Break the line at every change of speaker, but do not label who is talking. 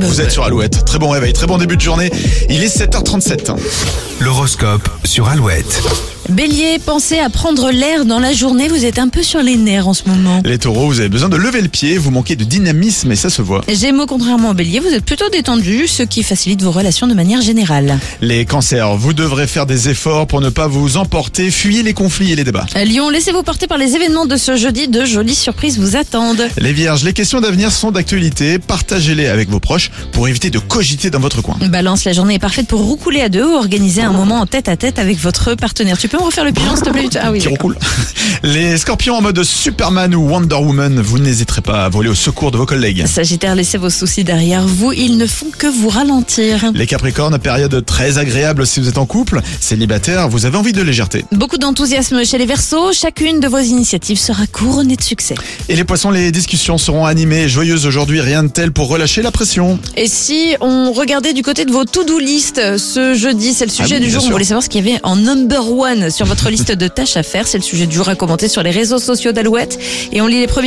Vous êtes sur Alouette. Très bon réveil, très bon début de journée. Il est 7h37.
L'horoscope sur Alouette.
Bélier, pensez à prendre l'air dans la journée, vous êtes un peu sur les nerfs en ce moment.
Les taureaux, vous avez besoin de lever le pied, vous manquez de dynamisme et ça se voit.
Gémeaux, contrairement au Bélier, vous êtes plutôt détendu, ce qui facilite vos relations de manière générale.
Les cancers, vous devrez faire des efforts pour ne pas vous emporter, fuyez les conflits et les débats.
Euh, Lyon, laissez-vous porter par les événements de ce jeudi, de jolies surprises vous attendent.
Les vierges, les questions d'avenir sont d'actualité, partagez-les avec vos proches pour éviter de cogiter dans votre coin.
Balance, la journée est parfaite pour roucouler à deux ou organiser un moment en tête à tête avec votre partenaire. Tu peux me refaire le pigeon, s'il te plaît Ah oui.
Qui roule. Les scorpions en mode Superman ou Wonder Woman, vous n'hésiterez pas à voler au secours de vos collègues.
Sagittaire, laissez vos soucis derrière vous, ils ne font que vous ralentir.
Les Capricornes, période très agréable si vous êtes en couple, célibataire, vous avez envie de légèreté.
Beaucoup d'enthousiasme chez les Verseaux, chacune de vos initiatives sera couronnée de succès.
Et les poissons, les discussions seront animées et joyeuses aujourd'hui, rien de tel pour relâcher la pression.
Et si on regardait du côté de vos to-do list euh, ce jeudi, c'est le sujet
Ah oui,
du
bien
jour, on
sûr.
voulait savoir ce qu'il y avait en number one sur votre liste de tâches à faire, c'est le sujet du jour à commenter sur les réseaux sociaux d'Alouette et on lit les premiers